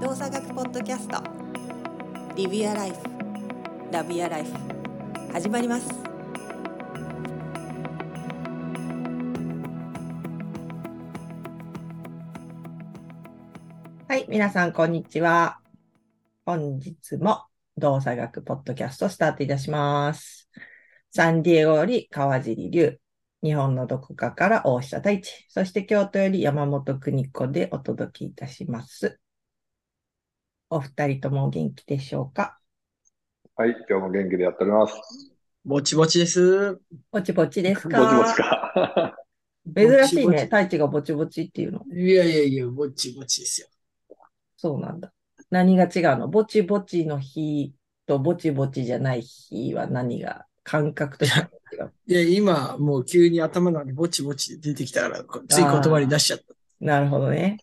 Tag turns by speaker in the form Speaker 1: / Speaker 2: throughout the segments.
Speaker 1: 動作学ポッドキャストリビアライフラビアライフ始まります
Speaker 2: はい、皆さん、こんにちは。本日も動作学ポッドキャストスタートいたします。サンディエゴより川尻龍、日本のどこかから大下太一、そして京都より山本邦子でお届けいたします。お二人ともお元気でしょうか
Speaker 3: はい、今日も元気でやっております。
Speaker 4: ぼちぼちです。
Speaker 2: ぼちぼちです
Speaker 3: ぼちぼち
Speaker 2: か
Speaker 3: か。
Speaker 2: 珍しい
Speaker 4: ぼちぼ
Speaker 2: ね、
Speaker 4: ち
Speaker 2: 太一がぼちぼちっていうの。
Speaker 4: いやいやいや、ぼちぼちですよ。
Speaker 2: そうなんだ。何が違うのぼちぼちの日とぼちぼちじゃない日は何が感覚として違う
Speaker 4: いや、今、もう急に頭の中にぼちぼち出てきたから、こつい言葉に出しちゃった。
Speaker 2: なるほどね。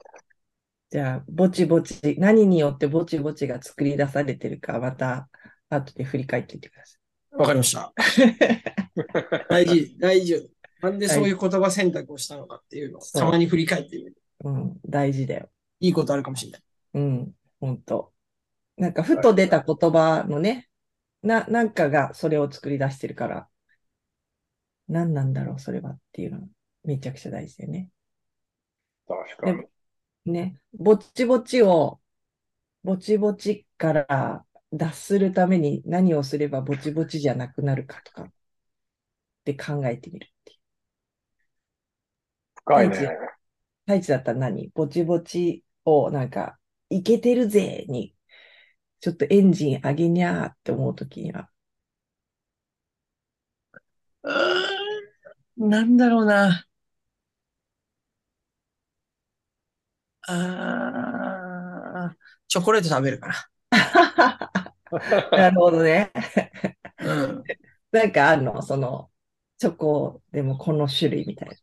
Speaker 2: じゃあ、ぼちぼち、何によってぼちぼちが作り出されてるか、また後で振り返っていってくださ
Speaker 4: わかりま した。大事、大事。なんでそういう言葉選択をしたのかっていうのを、
Speaker 2: そう
Speaker 4: たまに振り返ってみる。
Speaker 2: い。うん、大事だよ。
Speaker 4: いいことあるかもしれない。
Speaker 2: うん、ほんと。なんか、ふと出た言葉のね、な、なんかがそれを作り出してるから、何なんだろう、それはっていうの、めちゃくちゃ大事だよね。
Speaker 3: 確かに。
Speaker 2: ね、ぼちぼちを、ぼちぼちから脱するために何をすればぼちぼちじゃなくなるかとか、で考えてみるっていう。
Speaker 3: 深い
Speaker 2: 大事
Speaker 3: ね。
Speaker 2: 太一だったら何ぼちぼちをなんか、いけてるぜに、ちょっとエンジン上げにゃーって思うときに は、
Speaker 4: うーんなんだろうな。あーチョコレート食べるか
Speaker 2: なるほどね。
Speaker 4: な。うん。
Speaker 2: なんかあるのその、チョコでもこの種類みたいな。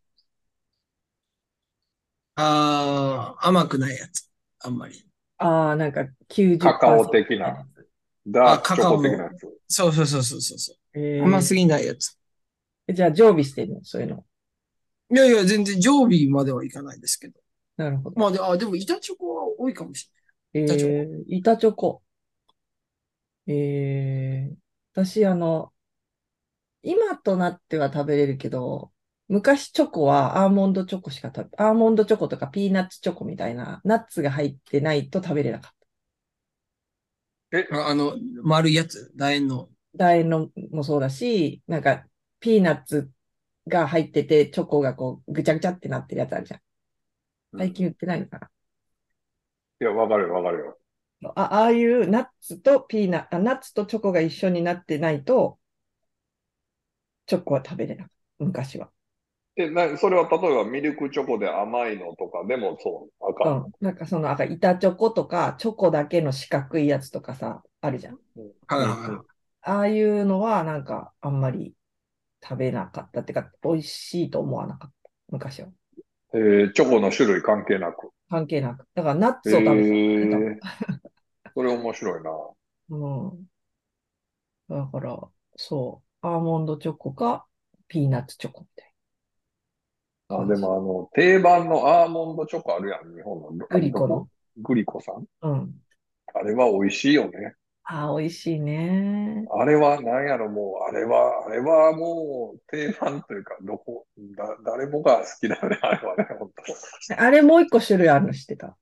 Speaker 4: ああ、甘くないやつ。あんまり。
Speaker 2: ああ、なんか90%。
Speaker 3: カカオ的な。ダークチョコ的なやつ。
Speaker 4: そうそうそうそうそうそう。
Speaker 2: えー
Speaker 4: 甘すぎないやつ。
Speaker 2: じゃあ常備してるのそういうの。
Speaker 4: いやいや、全然常備まではいかないですけど。
Speaker 2: なるほど。
Speaker 4: まあで、あ、でも板チョコは多いかもし
Speaker 2: え
Speaker 4: 板チョコ
Speaker 2: ー、板チョコ。えー、私、あの、今となっては食べれるけど、昔チョコはアーモンドチョコしか食べ、アーモンドチョコとかピーナッツチョコみたいな、ナッツが入ってないと食べれなかっ
Speaker 4: れない。ああの、丸いやつ、楕円の。
Speaker 2: た。楕円のもそうだし、なんか、ピーナッツが入ってて、チョコがこう、ぐちゃぐちゃってなってるやつあるじゃん。最近売ってないのかな。
Speaker 3: いや、わかるよ、わかるよ。
Speaker 2: あ、ああいうナッツとピーナ、あ、ナッツとチョコが一緒になってないと、チョコは食べれなかった。昔は。
Speaker 3: え、な、それは例えばミルクチョコで甘いのとかでもそう、あ
Speaker 2: う
Speaker 3: かん。
Speaker 2: ん。なんかその、なんか板チョコとか、チョコだけの四角いやつとかさ、あるじゃん。
Speaker 4: はいはいはい。
Speaker 2: ああいうのは、なんか、あんまり食べなかったってか、美味しいと思わなかった。昔は。
Speaker 3: えーチョコの種類関係なく。
Speaker 2: 関係なく。だから、ナッ
Speaker 3: え
Speaker 2: ツを食べてた。
Speaker 3: ーそれ面白いな。
Speaker 2: うん。だから、そう。アーモンドチョコか、ピーナッツチョコみたいな
Speaker 3: あ、
Speaker 2: 感
Speaker 3: で
Speaker 2: じ
Speaker 3: もあの、定番のアーモンドチョコあるやん、日本の。
Speaker 2: グリコの。
Speaker 3: グリコさん。
Speaker 2: うん。
Speaker 3: あれは美味しいよね。
Speaker 2: ああ、美味しいね。
Speaker 3: あれは何やろ、もう、あれは、あれはもう定番というか、どこ、だ、誰もが好きだよね、あれはね、本
Speaker 2: あれもう一個種類あるの知ってた。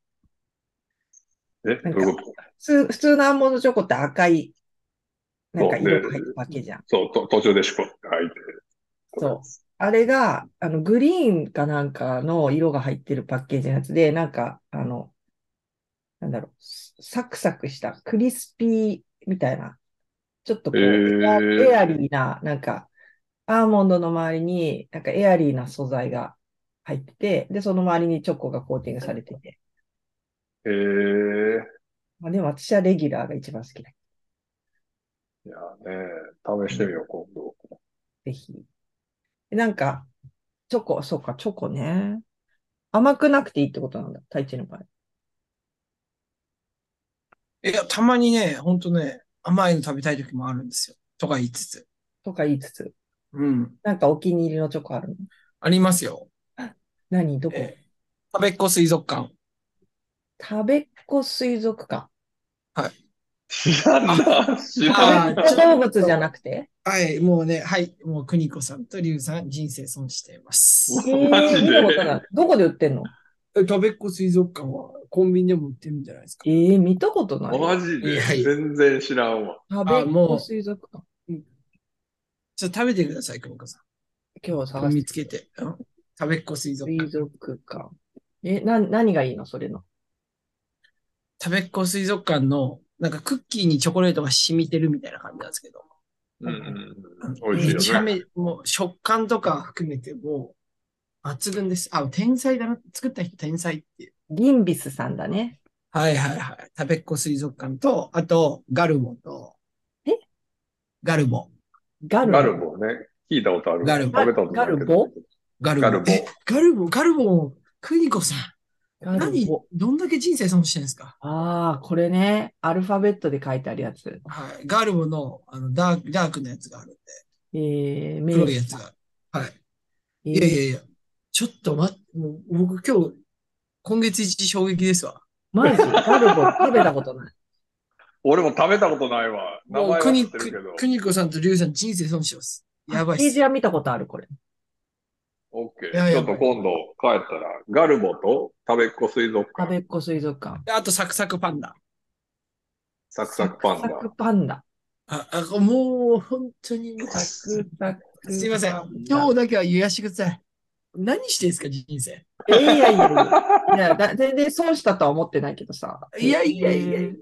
Speaker 3: 当え、
Speaker 2: なんか
Speaker 3: どういうこと
Speaker 2: 普通、普通のアーモンドチョコって赤い、なんか
Speaker 3: そうね
Speaker 2: 色が入ったわけじゃん。
Speaker 3: そう、と、途中でしこって入って。
Speaker 2: そう。あれが、あの、グリーンかなんかの色が入ってるパッケージのやつで、なんか、あの、なんだろう、ササクサクした、クリスピーみたいな、ちょっとこう、
Speaker 3: へー
Speaker 2: エアエアリーな、なんか、アーモンドの周りに、なんかエアリーな素材が入ってて、で、その周りにチョコがコーティングされてて。
Speaker 3: へえ、
Speaker 2: まあ、でも私はレギュラーが一番好きだけ
Speaker 3: いやね、試してみよう、今度。
Speaker 2: ど、ぜひ。なんか、チョコ、そうか、チョコね。甘くなくていいってことなんだ、太一の場合。
Speaker 4: いや、たまにね、ほんとね、甘いの食べたい時もあるんですよ。とか言いつつ。
Speaker 2: とか言いつつ。
Speaker 4: うん。
Speaker 2: なんかお気に入りのチョコあるの
Speaker 4: ありますよ。
Speaker 2: 何どこ
Speaker 4: えー、たべっ子水族館。
Speaker 2: 食べっ子水族館。
Speaker 3: 知らんな、知ら
Speaker 4: あ
Speaker 3: ん
Speaker 4: ー
Speaker 3: な。
Speaker 4: ちょっと
Speaker 2: 動物じゃなくて
Speaker 4: はい、もうね、はい、もう邦子さんと龍さん、人生損しています。
Speaker 2: え
Speaker 3: マジで
Speaker 2: ー、見たことない。どこで売ってんの
Speaker 4: 食べっ子水族館はコンビニでも売ってるんじゃないですか
Speaker 2: え。ー、見たことない。
Speaker 3: マジ
Speaker 4: い
Speaker 3: で
Speaker 4: やいや
Speaker 3: 全然知らんわ。
Speaker 2: 食べっ
Speaker 4: あも
Speaker 2: 子
Speaker 4: う
Speaker 2: 水族館。
Speaker 4: ちょっと食べてください、邦子さ
Speaker 2: 今日
Speaker 4: ん。
Speaker 2: 探
Speaker 4: 見
Speaker 2: す
Speaker 4: つけて。うん食べっ子水族
Speaker 2: 水
Speaker 4: 館。
Speaker 2: 族館。え、な、何がいいのそれの。
Speaker 4: 食べっ子水族館の、なんかクッキーにチョコレートが染みてるみたいな感じなんですけど。
Speaker 3: うんうんうん、美味し
Speaker 4: め
Speaker 3: い
Speaker 4: ち
Speaker 3: よ
Speaker 4: ゃ
Speaker 3: ね。
Speaker 4: め、もう食感とか含めてもう抜群です。あ、天才だな。作った人天才っていう。
Speaker 2: ギンビスさんだね。
Speaker 4: はいはいはい。食べっ子水族館と、あと、ガルモと。
Speaker 2: え
Speaker 4: ガルボ。
Speaker 2: ガルボ。
Speaker 3: ガルボね。聞いたことある。
Speaker 4: ガルボ
Speaker 3: 食べたことない
Speaker 2: ガ
Speaker 3: けど
Speaker 2: ルボ
Speaker 4: ガルボ。
Speaker 3: ガルボ
Speaker 4: えガルボ、ガルボ、クニコさん。
Speaker 2: ガル
Speaker 4: 何
Speaker 2: ボ。、
Speaker 4: どんだけ人生損してるんですか
Speaker 2: ああ、これね。アルファベットで書いてあるやつ。
Speaker 4: はい。ガルボの、あの、ダーク、ダークなやつがあるんで、
Speaker 2: えー、名
Speaker 4: 黒いやつが。は
Speaker 2: え
Speaker 4: い。いやい
Speaker 2: ー
Speaker 4: やいや、ちょっと待って、もう僕今日、今月一衝撃ですわ。
Speaker 2: マジガルボ食べたこと ない。
Speaker 3: 俺も食べたことないわ。名前
Speaker 4: もう、
Speaker 3: は
Speaker 4: ク
Speaker 3: 知
Speaker 4: ニ、
Speaker 3: ってるけど
Speaker 4: ク。クニコさんとリュウさん人生損してます。やばい
Speaker 2: ペ
Speaker 4: っ
Speaker 2: ー
Speaker 4: す。
Speaker 2: ジは見たことある、これ。
Speaker 3: オッケ
Speaker 4: いや
Speaker 3: ー。
Speaker 4: い
Speaker 3: ち
Speaker 4: や
Speaker 3: ょっと今度帰ったら、ガルボと食べっ子水族
Speaker 2: 食べ
Speaker 3: 館、
Speaker 2: っ子水族館。
Speaker 4: あと、サクサクパンダ。
Speaker 3: サクサクパンダ
Speaker 2: サ。クパンダ。
Speaker 4: あ、あもう、本当に、
Speaker 2: サクサク
Speaker 4: すいません
Speaker 2: パン。ダ
Speaker 4: 今日だけは癒やしてください。何してんすか、人生。
Speaker 2: えーいやいやいやいやだ全然損したとは思ってないけどさ。
Speaker 4: いやいやいやいや
Speaker 2: えー。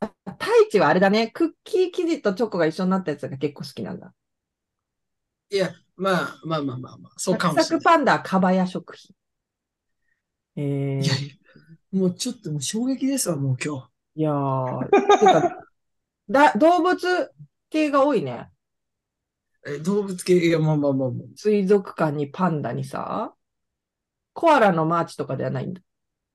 Speaker 2: あ太一はあれだね。クッキー生地とチョコが一緒になったやつが結構好きなんだ。
Speaker 4: いや、まあまあまあまあまあ、そう
Speaker 2: サ
Speaker 4: かも
Speaker 2: クサ
Speaker 4: しれ
Speaker 2: ク
Speaker 4: ない。
Speaker 2: パンダはかばや食品。えー、
Speaker 4: いやいや、もうちょっともう衝撃ですわ、もう今日。
Speaker 2: いやーてかだ、動物系が多いね。
Speaker 4: え動物系、いや、まあまあまあまあ。
Speaker 2: 水族館にパンダにさ。コアラのマーチとかではないんだ。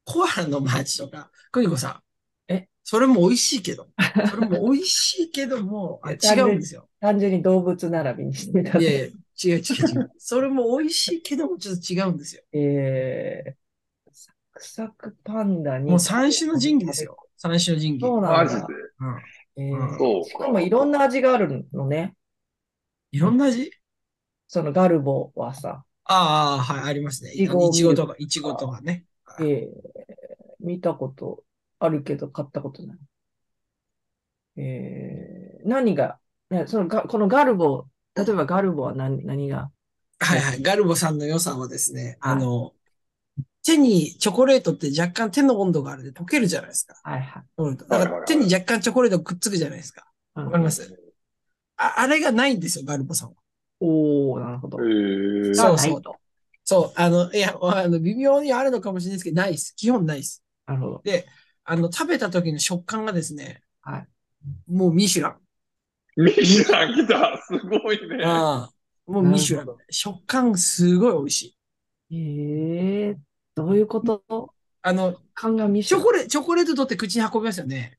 Speaker 4: コアラのマーチとか、クニコさん。
Speaker 2: え
Speaker 4: それも美味しいけど。 それも美味しいけども、あ
Speaker 2: いや
Speaker 4: 違うんですよ。
Speaker 2: 単純に動物並びにしてた
Speaker 4: いやいや、違う違う違う。それも美味しいけども、ちょっと違うんですよ。
Speaker 2: えー、サクサクパンダに。
Speaker 4: もう三種の神器ですよ。三種の神器。
Speaker 2: そうな
Speaker 3: マ
Speaker 2: ん
Speaker 3: ジで
Speaker 2: だ。。えー
Speaker 3: そうか
Speaker 2: しかもいろんな味があるのね。
Speaker 4: いろんな味
Speaker 2: そのガルボはさ。
Speaker 4: ああ、はい、ありますね。
Speaker 2: いちご
Speaker 4: いちごとか、いちごとかね。
Speaker 2: えー見たことあるけど買ったことない。えー何が、ねそのがこのガルボ、例えばガルボは何何が
Speaker 4: はいはい。ガルボさんの良さはですね、あの、手にチョコレートって若干手の温度があるで溶けるじゃないですか。
Speaker 2: はいはい。
Speaker 4: うんだから手に若干チョコレートくっつくじゃないですか。
Speaker 2: うん
Speaker 4: わかりますああれがないんですよ、ガルボさんは。
Speaker 2: おー、なるほど。
Speaker 3: えー、
Speaker 4: そう
Speaker 2: がないと
Speaker 4: そう、あの、いや、あの、微妙にあるのかもしれないですけど、ないです。基本ないです。
Speaker 2: なるほど。
Speaker 4: あの、食べた時の食感がですね、
Speaker 2: はい。
Speaker 4: もうミシュラン。
Speaker 3: ミシュラン来た。すごいね。
Speaker 4: ああ、もうミシュラン
Speaker 2: なる。
Speaker 4: 食感すごい美味しい。
Speaker 2: えー、どういうこと
Speaker 4: あの、
Speaker 2: 感が見
Speaker 4: チョコレ、チョコレート取って口に運びますよね。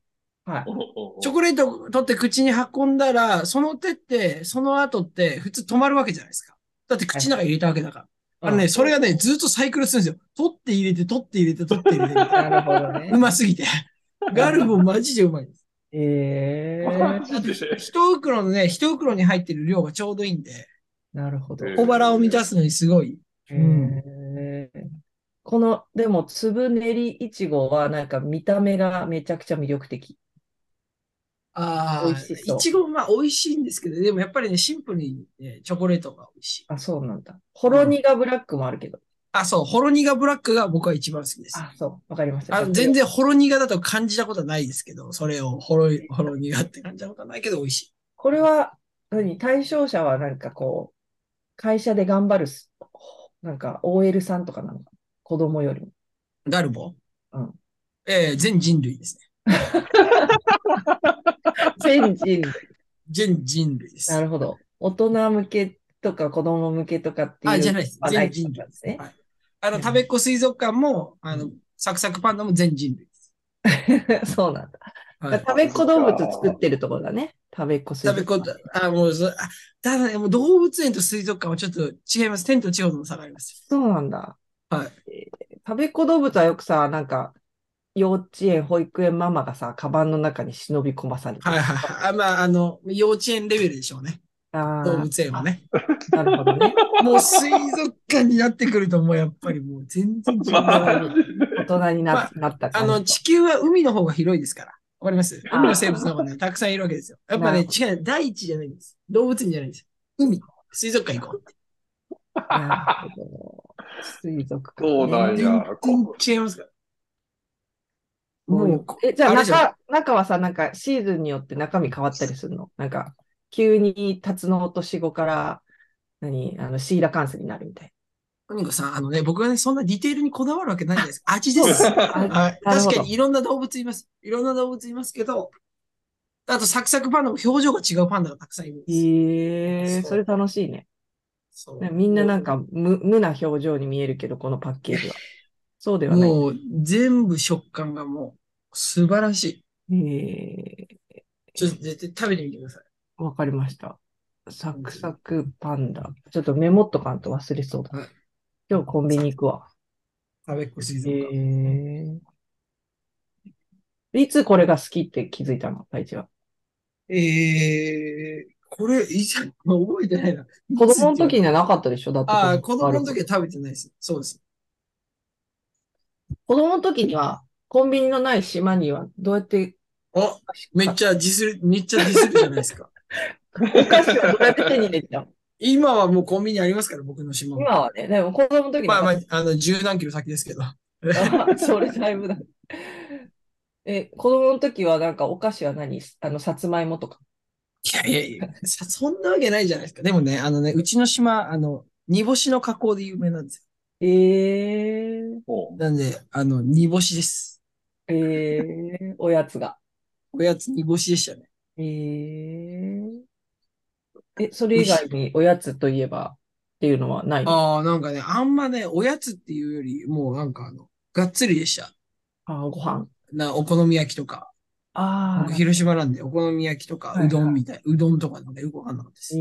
Speaker 2: はい
Speaker 3: お。うおうおう
Speaker 4: チョコレート取って口に運んだら、その手って、その後って普通止まるわけじゃないですか。だって口の中に入れたわけだから。あのね、それがね、ずっとサイクルするんですよ。取って入れて、取って入れて、取って入れて みたいな。
Speaker 2: なるほどね
Speaker 4: う。ま すぎて。ガルボマジでうまいです。
Speaker 2: えー
Speaker 3: マ、ジで
Speaker 4: 一袋のね、一袋に入ってる量がちょうどいいんで、
Speaker 2: なるほど。
Speaker 3: えー
Speaker 4: 小腹を満たすのにすごい。
Speaker 2: へーこの、でも、粒練りいちごは、なんか見た目がめちゃくちゃ魅力的。
Speaker 4: あ
Speaker 2: 美
Speaker 4: あ、
Speaker 2: 味しそう
Speaker 4: いちごまあ美味しいんですけど、でもやっぱりね、シンプルに、ね、チョコレートが美味しい。
Speaker 2: あ、そうなんだ。ほろ苦ブラックもあるけど。
Speaker 4: あ、そう、ホロニガブラックが僕は一番好きです。
Speaker 2: あ、そう、わかりました。
Speaker 4: あの全然ほろ苦だと感じたことはないですけど、それをほろ、 ほろ苦って感じたことはないけど美味しい。
Speaker 2: これは、何、対象者はなんかこう、会社で頑張るす、なんか OL さんとかなのかな。子供よりも。
Speaker 4: ガルボ
Speaker 2: うん。
Speaker 4: えー全人類ですね。
Speaker 2: 全人類。
Speaker 4: 全人類です。
Speaker 2: なるほど。大人向けとか子供向けとかっていう。
Speaker 4: あ、じゃないです。
Speaker 2: あない
Speaker 4: 全人類
Speaker 2: なんですね。
Speaker 4: はいあの、食べっ子水族館も、あの、サクサクパンダも全人類で す。
Speaker 2: そうなんだ。
Speaker 4: はい
Speaker 2: 食べっ子動物作ってるところだね。食べっ子水
Speaker 4: 食べっ
Speaker 2: 族
Speaker 4: 子
Speaker 2: 館、
Speaker 4: あ、もうそ、あ、ただね、もう動物園と水族館はちょっと違います。天と地ほどの差があります。
Speaker 2: そうなんだ。
Speaker 4: はい
Speaker 2: えー。食べっ子動物はよくさ、なんか、幼稚園、保育園ママがさ、カバンの中に忍び込まされてる
Speaker 4: はいはいはい。あまあ、あの、幼稚園レベルでしょうね。
Speaker 2: あ
Speaker 4: 動物園はね。
Speaker 2: ーなるほどね。
Speaker 4: もう水族館になってくると、もうやっぱりもう全然違う。
Speaker 3: まあ
Speaker 4: あ
Speaker 2: 大人に ななった感じ。
Speaker 4: の、地球は海の方が広いですから。わかります
Speaker 2: あー
Speaker 4: 海の生物の方がね、たくさんいるわけですよ。やっぱね、違う、大地じゃないんです。動物園じゃないんです。海、水族館行こう。
Speaker 2: なるほど水族館。
Speaker 3: そうなんや。
Speaker 4: 全
Speaker 3: こ
Speaker 4: 然違いますから。
Speaker 2: も
Speaker 4: も
Speaker 2: う
Speaker 4: うこ、
Speaker 2: え、じゃあ
Speaker 4: あれじゃん
Speaker 2: 中、中はさ、なんかシーズンによって中身変わったりするのなんか、急にタツノオトシゴから、何あの、シーラカンスになるみたい
Speaker 4: とにかくさん、あのね、僕はね、そんなディテールにこだわるわけないじゃな いですか。味です。
Speaker 2: な。あ
Speaker 4: はい。
Speaker 2: なるほど
Speaker 4: 確かにいろんな動物います。いろんな動物いますけど、あとサクサクパンダも表情が違うパンダがたくさんいるんです。
Speaker 2: へえ、
Speaker 4: そう
Speaker 2: それ楽しいね。
Speaker 4: そう
Speaker 2: ねみんななんか無、無な表情に見えるけど、このパッケージ は。そうではない。
Speaker 4: もう全部食感がもう素晴らしい。
Speaker 2: へえ、
Speaker 4: ちょっと絶対食べてみてください。
Speaker 2: わかりました。サクサクパンダ。ちょっとメモっとかんと忘れそうだ
Speaker 4: はい。
Speaker 2: 今日コンビニ行くわ。
Speaker 4: 食べっこ水
Speaker 2: へ
Speaker 4: 族館。
Speaker 2: え。いつこれが好きって気づいたの大地は。
Speaker 4: えー、これ、いじゃん。覚えてないな。
Speaker 2: 子供の時にはなかったでしょだって。
Speaker 4: ああ、子供の時は食べてないです。そうです。
Speaker 2: 子供の時には、コンビニのない島には、どうやって、
Speaker 4: あ、めっちゃディスる、めっちゃディスるじゃないですか。
Speaker 2: お菓子はどうやって手に入れてたの
Speaker 4: 今はもうコンビニありますから、僕の島も。
Speaker 2: 今はね、でも子供の時に
Speaker 4: まあま
Speaker 2: は
Speaker 4: あ、あの、十何キロ先ですけど。
Speaker 2: それだいぶだ。え、子供の時はなんかお菓子は何あの、さつまいもとか。
Speaker 4: いやいやいや、さそんなわけないじゃないですか。でもね、あのね、うちの島、あの、煮干しの加工で有名なんです
Speaker 2: ええ
Speaker 3: う
Speaker 4: よ。なんで、あの、煮干しです。
Speaker 2: ええおやつが。
Speaker 4: おやつ煮干しでしたね。
Speaker 2: えええ、それ以外におやつといえばっていうのはないの
Speaker 4: ああ、なんかね、あんまね、おやつっていうより、もうなんかあの、がっつりでした。
Speaker 2: あーご飯。
Speaker 4: な、お好み焼きとか。
Speaker 2: あ
Speaker 4: 僕、広島なんで、お好み焼きとか
Speaker 2: は、いう
Speaker 4: どんみたい。うどんとかなんかよくわかんなかったで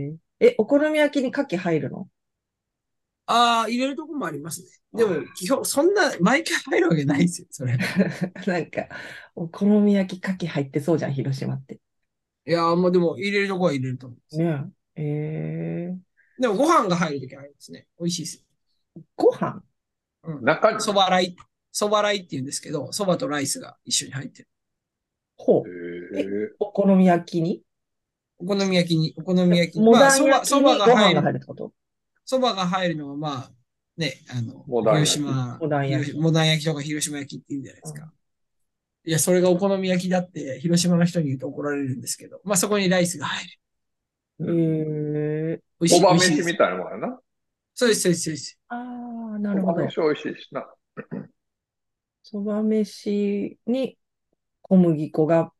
Speaker 2: え
Speaker 4: す。
Speaker 2: ー、え、お好み焼きに牡蠣入るの
Speaker 4: ああ、入れるとこもありますね。でも、基本、そんな、毎回入るわけないですよ、それ。
Speaker 2: なんか、お好み焼き牡蠣入ってそうじゃん、広島って。
Speaker 4: いやー、まあでも、入れるとこは入れると思うんです。
Speaker 2: ねえ。えー、
Speaker 4: でも、ご飯が入るときはありますね。美味しいです。
Speaker 2: ご飯
Speaker 3: ん中に。
Speaker 4: そばライ、そばライって言うんですけど、そばとライスが一緒に入ってる。
Speaker 2: ほう。
Speaker 3: へえ
Speaker 2: お好み焼きに
Speaker 4: お好み焼きに、お好み焼きに。
Speaker 2: モ
Speaker 4: まあ、
Speaker 2: ダン
Speaker 4: そば、
Speaker 2: 焼き
Speaker 4: そ
Speaker 2: に
Speaker 4: ば
Speaker 2: ご
Speaker 4: が
Speaker 2: 飯
Speaker 4: 入
Speaker 2: が
Speaker 4: る
Speaker 2: 入。るってこと
Speaker 4: そばが入るのは、まあ、ね、あの、
Speaker 3: モダン
Speaker 4: 広
Speaker 3: 焼き
Speaker 4: 島、
Speaker 2: モダン焼き
Speaker 4: 広モダン焼きとか広島焼きって言うんじゃないですか。いや、それがお好み焼きだって、広島の人に言うと怒られるんですけど、まあそこにライスが入
Speaker 2: えー、
Speaker 4: る。美味し
Speaker 3: そ
Speaker 4: い。美
Speaker 3: ば
Speaker 4: 味しい
Speaker 3: 飯
Speaker 4: です
Speaker 3: みたいなもんやな。
Speaker 4: そうです、そうです、そうです。
Speaker 2: ああ、なる
Speaker 3: そ
Speaker 2: ほ
Speaker 3: ば
Speaker 2: ど。
Speaker 3: 飯美味しいしな。
Speaker 2: そば飯に小麦粉が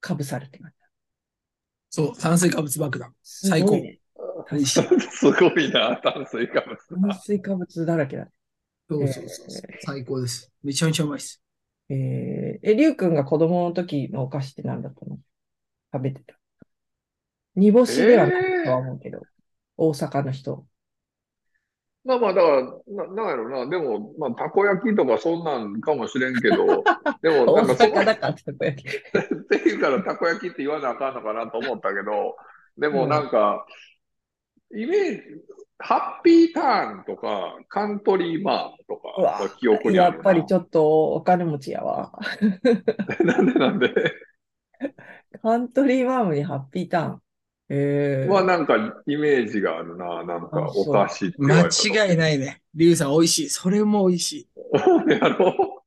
Speaker 2: かぶされてる。
Speaker 4: そう、炭水化物爆弾。
Speaker 2: すごい
Speaker 4: 最高
Speaker 2: ね。
Speaker 4: 美味しい。そう
Speaker 3: すごいな、炭水化物。
Speaker 2: 炭水化物だらけだね。
Speaker 4: そうそうそう。最高です。めちゃめちゃうまいです。
Speaker 2: えー、え、りゅうくんが子供の時のお菓子って何だったの食べてた。煮干しではないとは思うけど、大阪の人。
Speaker 3: まあまあ、だから、な、なんやろな、でも、まあ、たこ焼きとかそんなんかもしれんけど、でも、
Speaker 2: 大
Speaker 3: なんかそこ
Speaker 2: 阪だからたこ焼き。
Speaker 3: っていうから、たこ焼きって言わなあかんのかなと思ったけど、でもなんか、イメージ、ハッピーターンとか、カントリーマーと
Speaker 2: うわ
Speaker 3: か、記憶に
Speaker 2: や
Speaker 3: あ
Speaker 2: っ
Speaker 3: る
Speaker 2: ぱ
Speaker 3: な。
Speaker 2: りちょっとお金持ちやわ。
Speaker 3: なんでなんで。
Speaker 2: カントリーマームにハッピーターン。えー、
Speaker 3: はなんか、イメージがあるな、なんか、
Speaker 2: あそう
Speaker 3: お菓子って言わ
Speaker 4: 間
Speaker 3: れた
Speaker 4: 違いないね。リュウさん美味しい。それも美味しい。
Speaker 3: と。やろ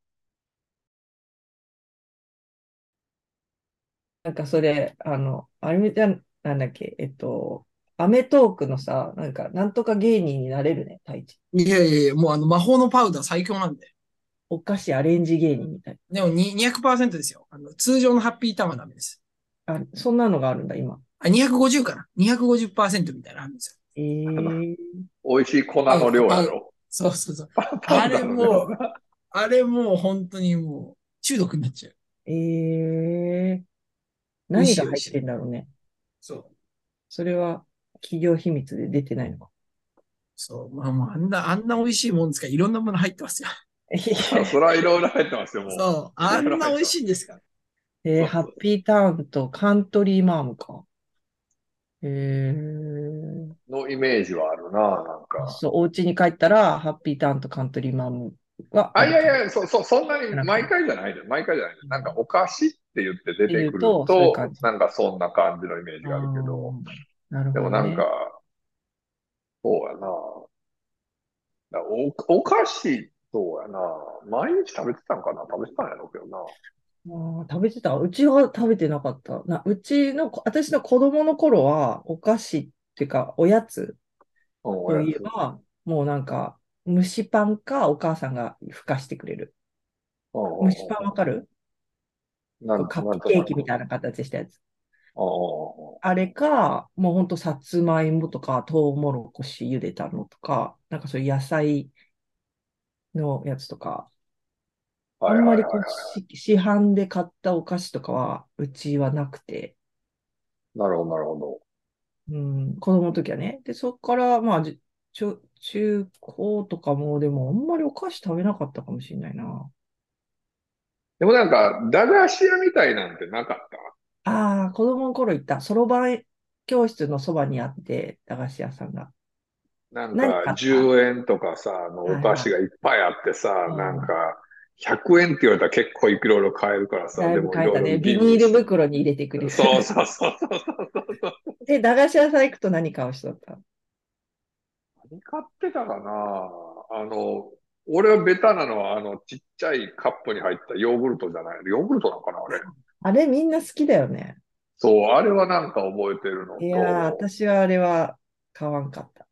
Speaker 2: なんかそれ、あの、あれみたいなんだっけ、えっと、アメトークのさ、なんか、なんとか芸人になれるね、太一。
Speaker 4: いやいやいや、もうあの魔法のパウダー最強なんで。
Speaker 2: お菓子アレンジ芸人みたい
Speaker 4: でもに200%ですよあの。通常のハッピーターンはダメです。
Speaker 2: な。あ、そんなのがあるんだ、今。
Speaker 4: あ、250かな ?250% みたいなのあるんです
Speaker 2: え
Speaker 4: よ。
Speaker 2: ー、
Speaker 3: 美味しい粉の量やろ。
Speaker 4: そうそうそう。
Speaker 3: パ
Speaker 4: あ
Speaker 3: ンダ
Speaker 4: れ
Speaker 3: の
Speaker 4: も
Speaker 3: 量
Speaker 4: う、あれもう本当にもう中毒になっちゃう。
Speaker 2: えー、
Speaker 4: 美味
Speaker 2: 何
Speaker 4: しい
Speaker 2: が入ってんだろうね。
Speaker 4: そう。
Speaker 2: それは企業秘密で出てないのか。
Speaker 4: そう。まあまあ、あんな、あんな美味しいもんですから、いろんなもの入ってますよ。
Speaker 3: あそれはいろいろ入ってますよ、もう。
Speaker 4: そう。あんな美味しいんですか
Speaker 2: えーハッピーターンとカントリーマームか。えー、
Speaker 3: のイメージはあるな、なんか。
Speaker 2: そう、お家に帰ったら、ハッピーターンとカントリーマームは
Speaker 3: あ、
Speaker 2: あ
Speaker 3: い
Speaker 2: る
Speaker 3: やい
Speaker 2: か
Speaker 3: や、そ、そ、そんなに毎回じゃないで、毎回じゃないで。なんかお菓子って言って出てくると、
Speaker 2: っていうとそういう感じ
Speaker 3: なんかそんな感じのイメージがあるけど、
Speaker 2: あーなるほ
Speaker 3: で
Speaker 2: ど、ね。
Speaker 3: もなんか、そうやな。だお、お菓子、そうやな。毎日食べてたんかな食べてたんやろうけどな。
Speaker 2: あー食べてた。うちは食べてなかった。な、うちのこ、私の子供の頃は、お菓子っていうか、おやつ
Speaker 3: うん、
Speaker 2: と
Speaker 3: おや
Speaker 2: いえ
Speaker 3: つ。
Speaker 2: ば、もうなんか、蒸しパンかお母さんがふかしてくれる。
Speaker 3: うんうんう
Speaker 2: 蒸
Speaker 3: ん
Speaker 2: しパンわかる
Speaker 3: なん
Speaker 2: カッ
Speaker 3: なん
Speaker 2: プ
Speaker 3: と
Speaker 2: ケ
Speaker 3: な
Speaker 2: ーキみたい
Speaker 3: く。
Speaker 2: な形したやつ。
Speaker 3: うんうんうんうん
Speaker 2: あれか、もうほんとさつまいもとか、とうもろこし茹でたのとか、なんかそういう野菜のやつとか、あ
Speaker 3: はい
Speaker 2: んまり
Speaker 3: はい
Speaker 2: こ
Speaker 3: はいう
Speaker 2: し市販で買ったお菓子とかは、うちはなくて、
Speaker 3: なるほど、なるほど。
Speaker 2: うん、子供の時はね。で、そっから、まあ、じちょ中高とかも、でもあんまりお菓子食べなかったかもしれないな。
Speaker 3: でもなんか、駄菓子屋みたいなんてなかっ
Speaker 2: ああ、子供の頃行った、そろばん教室のそばにあって、駄菓子屋さんが。
Speaker 3: たなん
Speaker 2: 何買った
Speaker 3: か、10円とかさ、あの、
Speaker 2: はい
Speaker 3: お菓子がいっぱいあってさ、
Speaker 2: うん
Speaker 3: なんか、100円って言われたら結構いろいろ買えるからさ、
Speaker 2: だい
Speaker 3: で
Speaker 2: ぶ
Speaker 3: も
Speaker 2: 変えたね。
Speaker 3: いろいろ
Speaker 2: ビ
Speaker 3: 吟
Speaker 2: ニ
Speaker 3: 味
Speaker 2: ール袋に入れてくれる。
Speaker 3: そうそうそうそう。
Speaker 2: で、駄菓子屋さん行くと何買う人だった
Speaker 3: 何買ってたかなあの、俺はベタなのは、あの、ちっちゃいカップに入ったヨーグルトじゃない。ヨーグルトなのかなあれ。
Speaker 2: あれみんな好きだよね。
Speaker 3: そう、あれはなんか覚えてるのと、
Speaker 2: いやー、私はあれは買わんかった。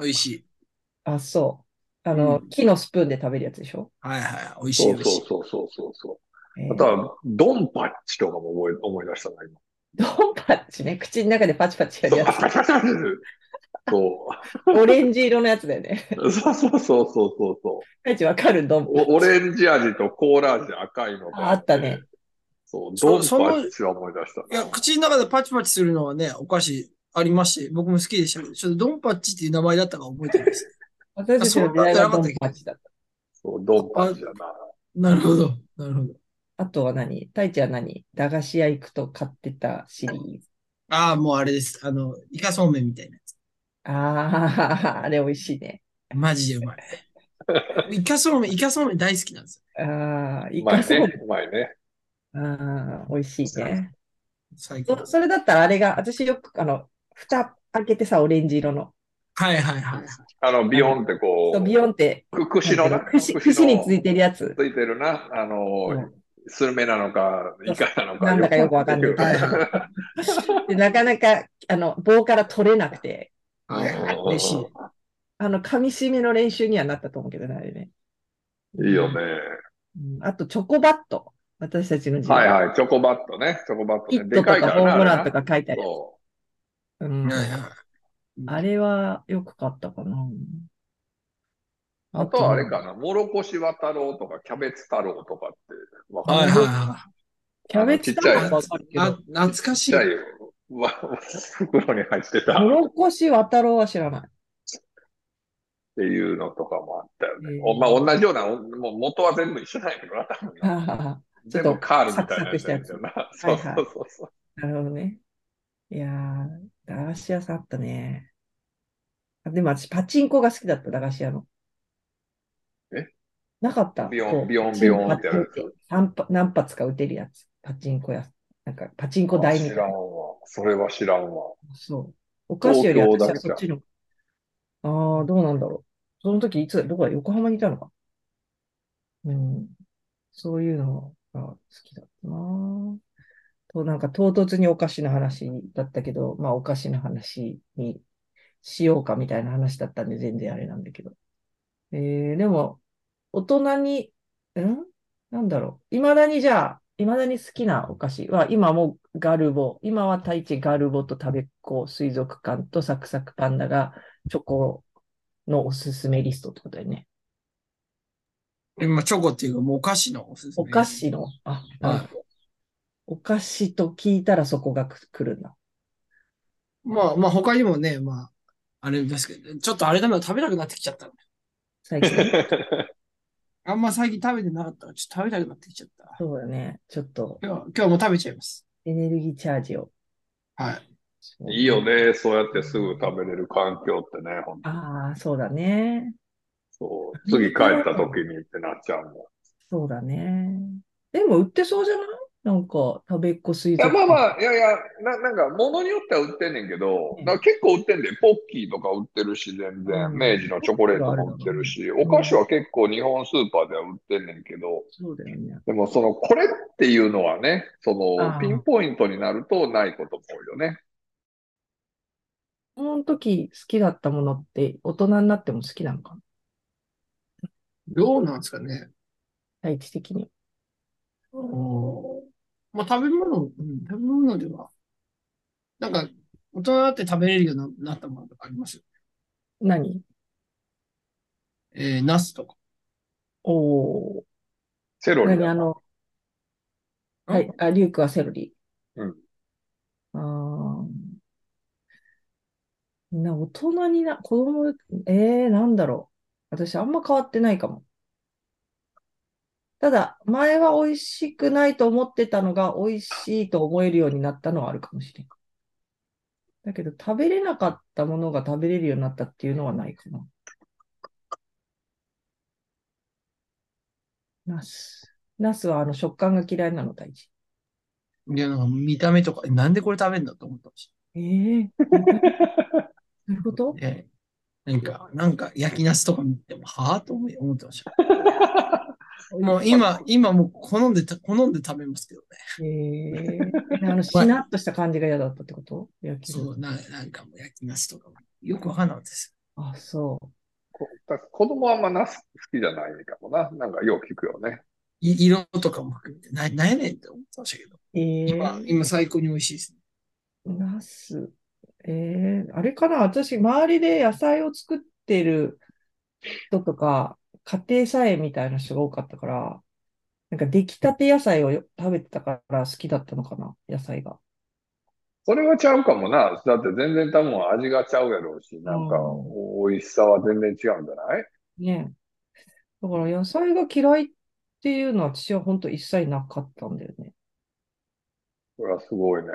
Speaker 4: 美味しい。
Speaker 2: あ、そう。あの、
Speaker 4: うん
Speaker 2: 木のスプーンで食べるやつでしょ
Speaker 4: はいはい。美味しい
Speaker 3: そ
Speaker 4: 美
Speaker 3: う
Speaker 4: 味
Speaker 3: そ
Speaker 4: し
Speaker 3: うそうそうそうそう。
Speaker 2: えー
Speaker 3: あとは、ドンパッチとかも思い、思い出したな、今。
Speaker 2: ドンパッチね。口の中でパチパチやる
Speaker 3: そう、
Speaker 2: や
Speaker 3: パチパチパチパチそ
Speaker 2: つ。オレンジ色のやつだよね。
Speaker 3: う。 そうそうそうそうそうそ
Speaker 2: 大地わかるドン
Speaker 3: う
Speaker 2: パ
Speaker 3: お。
Speaker 2: ッ
Speaker 3: オ
Speaker 2: チ。
Speaker 3: レンジ味とコーラ味赤いのと
Speaker 2: ああったね。
Speaker 3: そう、ドン
Speaker 4: そ
Speaker 3: パッチは思い出した
Speaker 4: い。いや、
Speaker 3: な。
Speaker 4: 口の中でパチパチするのはね、お菓子ありまして、僕も好きでしたけど、ちょっとドンパッチっていう名前だったか覚えてないです。
Speaker 2: 私たちの時代はドンパッチだった。
Speaker 3: そう、ドンパッチだな。
Speaker 4: なるほど。なるほど。
Speaker 2: あとは何大地は何駄菓子屋行くと買ってたシリーズ。
Speaker 4: ああ、もうあれです。あの、イカそうめんみたいなやつ。
Speaker 2: ああ、あれ美味しいね。
Speaker 4: マジで うまい。イカそうめん、イカそうめん大好きなんです
Speaker 2: ああ、
Speaker 3: う
Speaker 2: イ
Speaker 3: ま
Speaker 2: カ
Speaker 3: い
Speaker 2: そうめん
Speaker 3: ね。うまいね。
Speaker 2: ああ、美味しいね。
Speaker 4: よ。最高
Speaker 2: そ。それだったらあれが、私よく、あの、蓋開けてさ、オレンジ色の。
Speaker 4: はいはいはい。
Speaker 3: あの、ビヨンってこう、
Speaker 2: ビヨンって、
Speaker 3: く串のな、
Speaker 2: 串串につい
Speaker 3: て
Speaker 2: てるやつ。
Speaker 3: ついてるな。あ
Speaker 2: う
Speaker 3: の
Speaker 2: ん、
Speaker 3: スルメなのか、イカなのか。
Speaker 2: なんだかよくわかんない
Speaker 4: はいはい
Speaker 2: でなかなか、あの、棒から取れなくて、
Speaker 4: はいはい。
Speaker 3: うん
Speaker 4: 嬉しい。
Speaker 2: あの、噛み締めの練習にはなったと思うけどね、あれね。
Speaker 3: いいよね。
Speaker 2: うんあと、チョコバット。私たちの時
Speaker 3: はい
Speaker 2: 代。
Speaker 3: はい、チョコバットね。チョコバット
Speaker 2: ヒ
Speaker 3: ね。
Speaker 2: ッ
Speaker 3: で
Speaker 2: トと
Speaker 3: かい
Speaker 2: か
Speaker 3: から
Speaker 2: ホ
Speaker 3: な
Speaker 2: ームランと
Speaker 3: あれな
Speaker 2: か書いてあるやつ。
Speaker 3: そ
Speaker 2: うん
Speaker 4: はいはい。
Speaker 2: あれはよく買ったかな。
Speaker 3: う。あとはあれかな、もろこし渡ろうとか、キャベツ太郎とかって、わかん
Speaker 4: はい
Speaker 3: ない。
Speaker 4: はいは
Speaker 2: キャベツ太郎はわかる
Speaker 4: い。
Speaker 2: け
Speaker 4: あ
Speaker 2: ど、
Speaker 4: 懐かし
Speaker 3: ちっち
Speaker 4: い
Speaker 3: ゃ。いわ袋に入ってたっ
Speaker 2: もろこし渡ろうは知らない。
Speaker 3: ていうのとかもあったよ
Speaker 2: へ
Speaker 3: ね
Speaker 2: え。
Speaker 3: おまあ、同じような、おもう元は全部一緒なんやけどな、多分な。
Speaker 2: ちょ
Speaker 3: 全
Speaker 2: っと
Speaker 3: 部カールみたいなやつやねんけどな。 そ
Speaker 2: サ
Speaker 3: う
Speaker 2: ク
Speaker 3: そ
Speaker 2: サ
Speaker 3: う
Speaker 2: クし
Speaker 3: そうそう。
Speaker 2: なるほどね。いやー、駄菓子屋さんあったね。あでも私、パチンコが好きだった、駄菓子屋の。
Speaker 3: え
Speaker 2: なかった。
Speaker 3: ビヨン
Speaker 2: こう
Speaker 3: ビヨン
Speaker 2: パチ
Speaker 3: ビヨン
Speaker 2: パチ
Speaker 3: ってやるや
Speaker 2: パ
Speaker 3: つ
Speaker 2: チ何発何発か打てるやつ。パチンコや、なんか、パチンコ台みた
Speaker 3: 知
Speaker 2: い
Speaker 3: らん
Speaker 2: な。
Speaker 3: わ。それは知ら んわ。
Speaker 2: そう。お菓子より私は
Speaker 3: 東京
Speaker 2: そ
Speaker 3: だ
Speaker 2: っ
Speaker 3: け
Speaker 2: ちの。ああ、どうなんだろう。その時、いつ、どこだ、横浜にいたのか。うん。そういうのが好きだったな。と、なんか唐突にお菓子の話だったけど、まあお菓子の話にしようかみたいな話だったんで全然あれなんだけど。えー、でも、大人に、んなんだろう。未だにじゃあ、未だに好きなお菓子は、今もガルボ、今は太一ガルボと食べっ子水族館とサクサクパンダがチョコのおすすめリストってことだよね。
Speaker 4: 今、チョコっていうか、もうお菓子のおすす
Speaker 2: お
Speaker 4: め
Speaker 2: 菓子の、あ、
Speaker 4: はい
Speaker 2: なるほどお菓子と聞いたらそこがく来るんだ。
Speaker 4: まあまあ、他にもね、まあ、 あれですけど、ちょっとあれだな、食べなくなってきちゃった。
Speaker 2: 最近。
Speaker 4: ああんま最近食べてなかったから、ちょっと食べたくなってきちゃった。
Speaker 2: そうだね。ちょっと
Speaker 4: 今日は、今日はもう食べちゃいます。
Speaker 2: エネルギーチャージを。
Speaker 4: はい。
Speaker 3: いいよ。ね、そうやってすぐ食べれる環境ってね、ほんと
Speaker 2: ああ、そうだね。
Speaker 3: そう。次帰った時にってなっちゃうもん。
Speaker 2: そうだね。でも売ってそうじゃないなんか、食べっ子水
Speaker 3: いや、
Speaker 2: 族
Speaker 3: まあ
Speaker 2: 館。
Speaker 3: まあ、いやいや、ななんか、物によっては売ってんねんけど、
Speaker 2: うん
Speaker 3: なんか結構売ってんで、ポッキーとか売ってるし、全
Speaker 2: うん
Speaker 3: 然、明治のチョコレートも売ってるし、お菓子は結構日本スーパーでは売ってんねんけど、
Speaker 2: そうだよね。
Speaker 3: でもその、これっていうのはね、そ
Speaker 2: あー
Speaker 3: の、ピンポイントになるとないことも多いよね。
Speaker 2: この時好きだったものって大人になっても好きなのかな
Speaker 4: どうなんですかね。
Speaker 2: 体知的に。
Speaker 4: まあ、食べ物、うん、食べ物では、なんか、大人になって食べれるようになったものとかありますよ。
Speaker 2: 何
Speaker 4: えー、ナスとか。
Speaker 2: おー。
Speaker 3: セロリ
Speaker 2: 何
Speaker 3: だ
Speaker 2: あの、はい。あ、リュウクはセロリ。
Speaker 3: うん。
Speaker 2: あーな、大人にな、子供、えー、なんだろう。私、あんま変わってないかも。ただ、前は美味しくないと思ってたのが、美味しいと思えるようになったのはあるかもしれん。だけど、食べれなかったものが食べれるようになったっていうのはないかな。ナス。ナスはあの食感が嫌いなの、大事。
Speaker 4: いや、なんか見た目とか、えなんでこれ食べんだと思ったし。
Speaker 2: ええどういうこと
Speaker 4: えーなんか、なんか焼きナスとか見ても、はぁと思い思ってました。もう今、今もう好んでた、好んで食べますけどね。
Speaker 2: ええ あの、しなっとした感じが嫌だったってこと焼き
Speaker 4: そう、ななんかもう焼きナスとかも、よくわかんなかったです。
Speaker 2: あ、そう。
Speaker 3: こだから子供はあんまナス好きじゃないかもな。なんか、よう聞くよね。
Speaker 4: い色とかも含めて、な、なんやねんって思ってましたけど。
Speaker 2: ええ
Speaker 4: 今、今最高に美味しいですね。
Speaker 2: ナス。ええあれかな私、周りで野菜を作ってる人とか、家庭菜園みたいな人が多かったから、なんか出来たて野菜をよ食べてたから好きだったのかな野菜が。
Speaker 3: それはちゃうかもな。だって全然多分味がちゃうやろうし、なんか、美味しさは全然違うんじゃない
Speaker 2: ねだから野菜が嫌いっていうのは私は本当一切なかったんだよね。
Speaker 3: それはすごいね。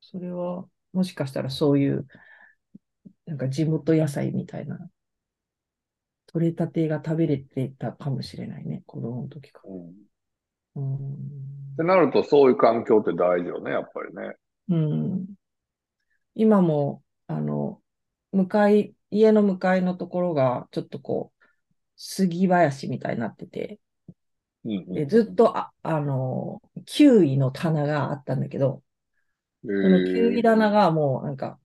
Speaker 2: それは、もしかしたらそういう、なんか地元野菜みたいな、取れたてが食べれてたかもしれないね、子供の時から。
Speaker 3: うん
Speaker 2: うーん。
Speaker 3: ってなると、そういう環境って大事よね、やっぱりね。
Speaker 2: うん。今も、あの、向かい、家の向かいのところが、ちょっとこう、杉林みたいになってて、
Speaker 3: うん
Speaker 2: でずっとあ、あの、キウイの棚があったんだけど、
Speaker 3: うん。
Speaker 2: その
Speaker 3: へ
Speaker 2: キ
Speaker 3: ー
Speaker 2: ウイ棚がもうなんか、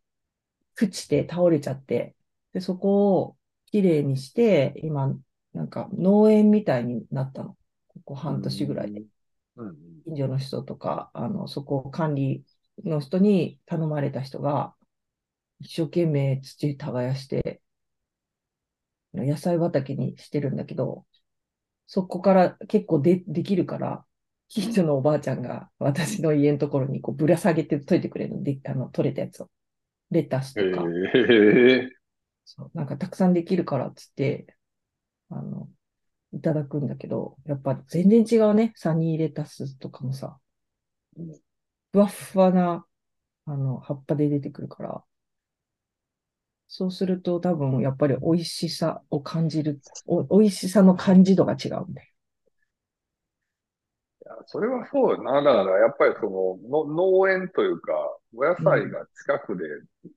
Speaker 2: 朽ちて倒れちゃって、で、そこをきれいにして、今、なんか農園みたいになったの。ここ半年ぐらいで。。
Speaker 3: うんうん
Speaker 2: 近所の人とか、あの、そこを管理の人に頼まれた人が、一生懸命土耕して、野菜畑にしてるんだけど、そこから結構で、できるから、近所のおばあちゃんが私の家のところにこうぶら下げてといてくれるので、あの、取れたやつを。レタス
Speaker 3: へ
Speaker 2: とか、
Speaker 3: ー
Speaker 2: そうなんかたくさんできるからっつって、あの、いただくんだけど、やっぱ全然違うね。サニーレタスとかもさ
Speaker 3: うん、
Speaker 2: ふわっふわな、あの、葉っぱで出てくるから、そうすると多分やっぱり美味しさを感じる、お美味しさの感じ度が違うんだよ。
Speaker 3: いやそれはそうよな。だから、やっぱりそのの、農園というか、お野菜が近くで、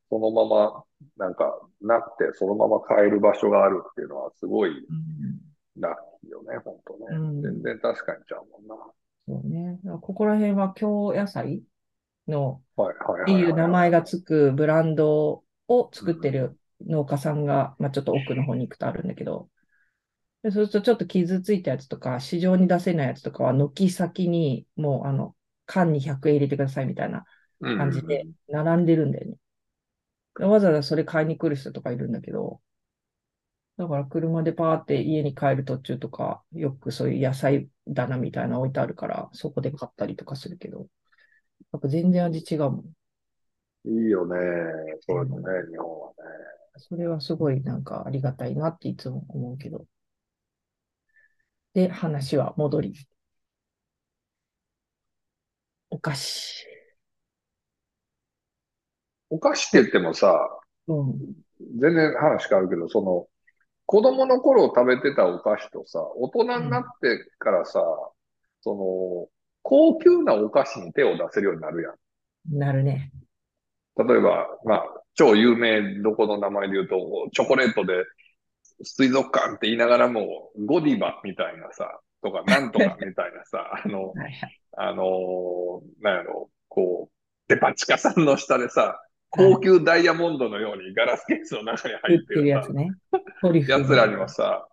Speaker 3: そのまま、なんか、なって、そのまま買える場所があるっていうのは、すごいラッキーよね、本当ね。
Speaker 2: うん
Speaker 3: 全然確かにちゃうもんな。
Speaker 2: そうね。だからここら辺は京野菜の
Speaker 3: はいはい
Speaker 2: っ
Speaker 3: は
Speaker 2: て
Speaker 3: いはい。
Speaker 2: いう名前がつくブランドを作ってる農家さんが、まあ、ちょっと奥の方に行くとあるんだけど、でそうするとちょっと傷ついたやつとか、市場に出せないやつとかは、軒先にもうあの、缶に100円入れてくださいみたいな感じで並んでるんだよね。でわざわざそれ買いに来る人とかいるんだけど、だから車でパーって家に帰る途中とか、よくそういう野菜棚みたいなの置いてあるから、そこで買ったりとかするけど、やっぱ全然味違うもん。
Speaker 3: うんいいよね。そういうのね、日本はね。
Speaker 2: それはすごいなんかありがたいなっていつも思うけど。で、話は戻り。お菓子。
Speaker 3: お菓子って言ってもさ、
Speaker 2: うん。
Speaker 3: 全然話変わるけど、その、子供の頃食べてたお菓子とさ、大人になってからさ、その、高級なお菓子に手を出せるようになるや
Speaker 2: なるね。
Speaker 3: ん。例えば、まあ、超有名どこの名前で言うと、チョコレートで水族館って言いながらも、ゴディバみたいなさ、とか、なんとかみたいなさ、あの、
Speaker 2: はいはい。
Speaker 3: あのーなんやろ、こう、デパ地下さんの下 でさ、高級ダイヤモンドのようにガラスケースの中に
Speaker 2: 売
Speaker 3: 入っ
Speaker 2: っててる
Speaker 3: る
Speaker 2: や
Speaker 3: さ
Speaker 2: つね。トリュフ。
Speaker 3: 奴らにはさ、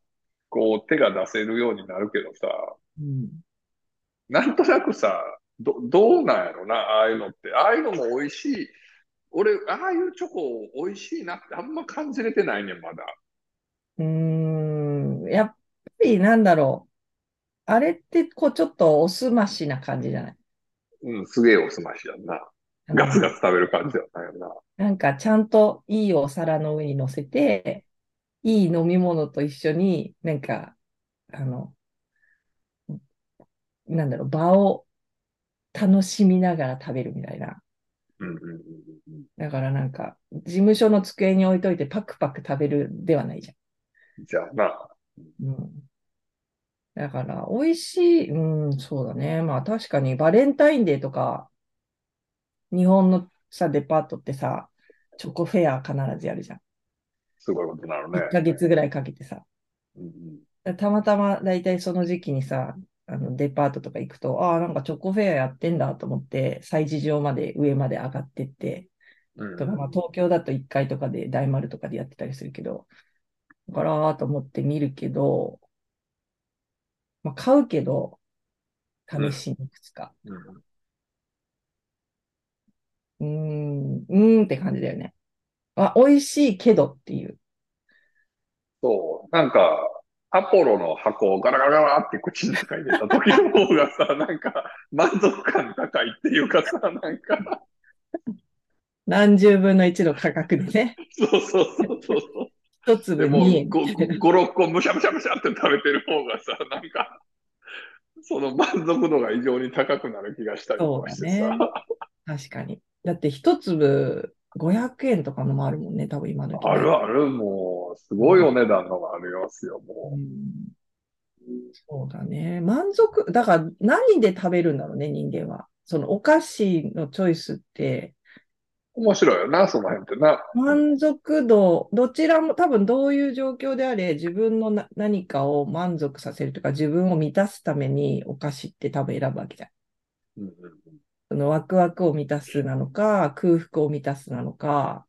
Speaker 3: こう手が出せるようになるけどさ、
Speaker 2: うん。
Speaker 3: なんとなくさ、ど、どうなんやろな、ああいうのって。ああいうのも美味しい。俺、ああいうチョコ美味しいなってあんま感じれてないねん、まだ。
Speaker 2: うーん、やっぱりなんだろう。あれって、こう、ちょっとおすましな感じじゃない
Speaker 3: うん、すげえおすましやんな。ガツガツ食べる感じやったんやな。
Speaker 2: なんか、ちゃんといいお皿の上に乗せて、いい飲み物と一緒に、なんか、あの、なんだろう、場を楽しみながら食べるみたいな。
Speaker 3: うんうんうんうん。
Speaker 2: だからなんか、事務所の机に置いといてパクパク食べるではないじゃん。
Speaker 3: じゃあな。
Speaker 2: うんだから、美味しい、うん、そうだね。まあ確かに、バレンタインデーとか、日本のさ、デパートってさ、チョコフェア必ずやるじゃん。
Speaker 3: すごいことになるね。
Speaker 2: 1ヶ月ぐらいかけてさ。
Speaker 3: うんうん
Speaker 2: たまたま、だいたいその時期にさ、あのデパートとか行くと、ああ、なんかチョコフェアやってんだと思って、催事場まで上まで上がってって、
Speaker 3: うん
Speaker 2: とか、まあ、東京だと1階とかで、大丸とかでやってたりするけど、だからーと思って見るけど、まあ、買うけど、試しにいくつか。うー
Speaker 3: うん
Speaker 2: ん、うーんって感じだよね。あ、美味しいけどっていう。
Speaker 3: そう、なんか、アポロの箱をガラガラガラって口の中に入れた時の方がさ、 なんか、満足感高いっていうかさ、なんか、
Speaker 2: 何十分の1の価格でね、
Speaker 3: そうそうそうそうそ
Speaker 2: 一
Speaker 3: う。で
Speaker 2: 粒
Speaker 3: も
Speaker 2: 2円。
Speaker 3: 5、6個むしゃむしゃむしゃって食べてる方がさ、なんか、その満足度が異常に高くなる気がしたりとかして
Speaker 2: そう
Speaker 3: さ
Speaker 2: だ。確かに。だって一粒500円とかのもあるもんね、多分今の時
Speaker 3: あるある、もう、すごいお値段のがありますよ、
Speaker 2: う
Speaker 3: も
Speaker 2: んそうだね。満足、だから何で食べるんだろうね、人間は。そのお菓子のチョイスって、
Speaker 3: う。面白いよな、その辺ってな。
Speaker 2: 満足度、どちらも多分どういう状況であれ、自分のな何かを満足させるとか、自分を満たすためにお菓子って多分選ぶわけじゃん。
Speaker 3: うんうん
Speaker 2: そのワクワクを満たすなのか、空腹を満たすなのか、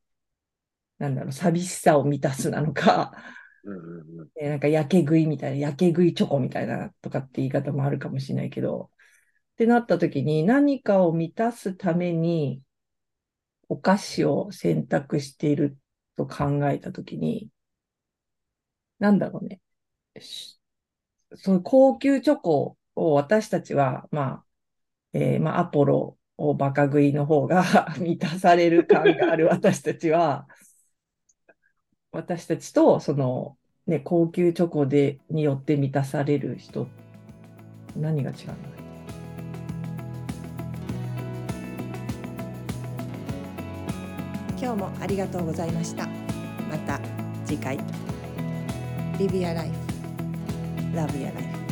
Speaker 2: なんだろう、寂しさを満たすなのか、
Speaker 3: うんうんうんうん
Speaker 2: えーなんか、やけ食いみたいな、やけ食いチョコみたいなとかって言い方もあるかもしれないけど、ってなった時に何かを満たすためにお菓子を選択していると考えた時に、なんだろうね。しそういう高級チョコを私たちは、まあ、えーまあ、アポロをバカ食いの方が 満たされる感がある私たちは、私たちと、その、ね、高級チョコでによって満たされる人何が違うんだろう
Speaker 1: 今日もありがとうございましたまた次回 Live your life Love your life